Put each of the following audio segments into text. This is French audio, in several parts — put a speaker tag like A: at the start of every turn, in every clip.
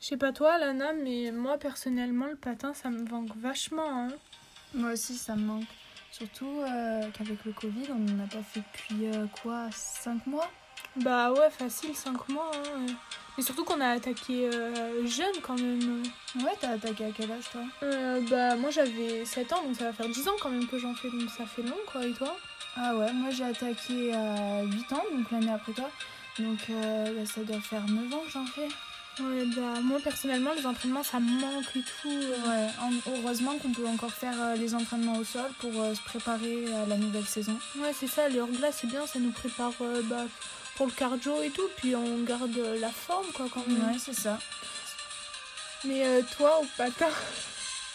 A: Je sais pas toi, Lana, mais moi personnellement, le patin, ça me manque vachement. hein.
B: Moi aussi, ça me manque. Surtout euh, qu'avec le Covid, on n'en a pas fait depuis euh, quoi 5 mois
A: Bah ouais, facile, 5 mois. hein. Mais surtout qu'on a attaqué euh, jeune quand même.
B: Ouais, t'as attaqué à quel âge toi
A: Euh, bah moi j'avais 7 ans, donc ça va faire 10 ans quand même que j'en fais, donc ça fait long quoi, et toi
B: Ah ouais, moi j'ai attaqué à 8 ans, donc l'année après toi. Donc euh, bah, ça doit faire 9 ans que j'en fais.
A: Ouais, bah moi personnellement, les entraînements, ça me manque et tout. euh.
B: Ouais, en- heureusement qu'on peut encore faire euh, les entraînements au sol pour euh, se préparer à la nouvelle saison.
A: Ouais, c'est ça, les hors-glace, c'est bien, ça nous prépare euh, bah, pour le cardio et tout, puis on garde euh, la forme quoi quand même.
B: Ouais, c'est ça.
A: Mais euh, toi, au patin,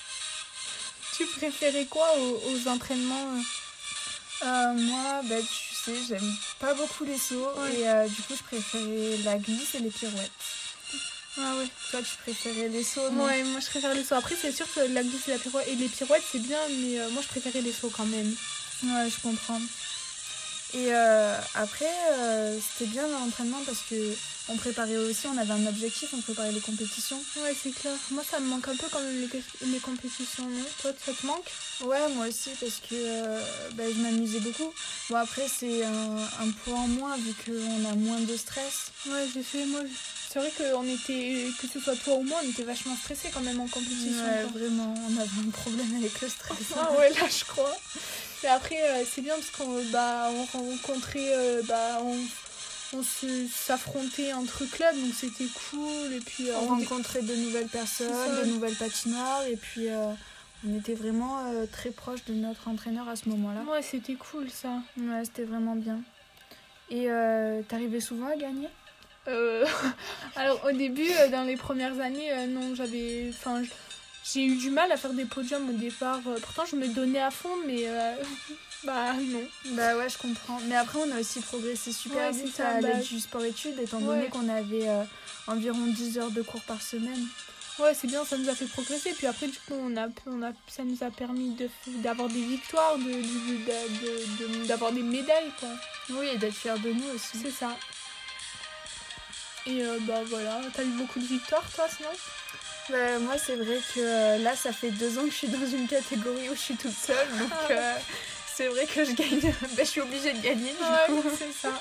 A: tu préférais quoi aux, aux entraînements euh
B: Euh, moi, bah, tu sais, j'aime pas beaucoup les sauts
A: Ouais.
B: et euh, du coup, je préférais la glisse et les pirouettes.
A: Ah ouais.
B: Toi, tu préférais les sauts, non
A: Ouais, moi je préfère les sauts. Après, c'est sûr que la glisse et la pirouette et les pirouettes, c'est bien, mais euh, moi je préférais les sauts quand même.
B: Ouais, je comprends. Et euh, après, euh, c'était bien l'entraînement parce que on préparait aussi, on avait un objectif, on préparait les compétitions.
A: Ouais, c'est clair. Moi, ça me manque un peu quand même les, les compétitions, non Toi, ça te manque
B: Ouais, moi aussi, parce que euh, bah, je m'amusais beaucoup. Bon, après, c'est un, un poids en moins vu qu'on a moins de stress.
A: Ouais, j'ai fait, moi. C'est vrai que on était, que ce soit toi ou moi, on était vachement stressés quand même en compétition.
B: Ouais,
A: quoi.
B: vraiment, on avait un problème avec le stress.
A: Ah ouais, là je crois. Mais après, euh, c'est bien parce qu'on bah, on rencontrait, euh, bah, on, on se- s'affrontait entre clubs, donc c'était cool. Et puis, euh,
B: on
A: on dé-
B: rencontrait de nouvelles
A: C'est ça.
B: personnes, de nouvelles patinoires, et puis euh, on était vraiment euh, très proche de notre entraîneur à ce moment-là.
A: Ouais, c'était cool ça.
B: Ouais, c'était vraiment bien. Et euh, t'arrivais souvent à gagner
A: Euh, Alors au début, euh, dans les premières années, euh, non, j'avais. Enfin, j- j'ai eu du mal à faire des podiums au départ. Euh, Pourtant, je me donnais à fond, mais. euh, Bah non.
B: Bah ouais, je comprends. Mais après, on a aussi progressé super
A: Ouais, c'est
B: vite
A: ça,
B: à
A: bah-
B: l'aide du sport-études, étant donné
A: Ouais.
B: qu'on avait euh, environ 10 heures de cours par semaine.
A: Ouais, c'est bien, ça nous a fait progresser. Puis après, du coup, on a, on a, ça nous a permis de f- d'avoir des victoires, de- de- de- de- de- d'avoir des médailles, quoi.
B: Oui, et d'être fiers de nous aussi.
A: C'est ça. Et euh, bah voilà, t'as eu beaucoup de victoires, toi, sinon
B: Bah, moi, c'est vrai que euh, là, ça fait deux ans que je suis dans une catégorie où je suis toute seule, donc
A: Ah ouais.
B: euh, c'est vrai que je gagne. bah, je suis obligée de gagner, du coup.
A: c'est ça.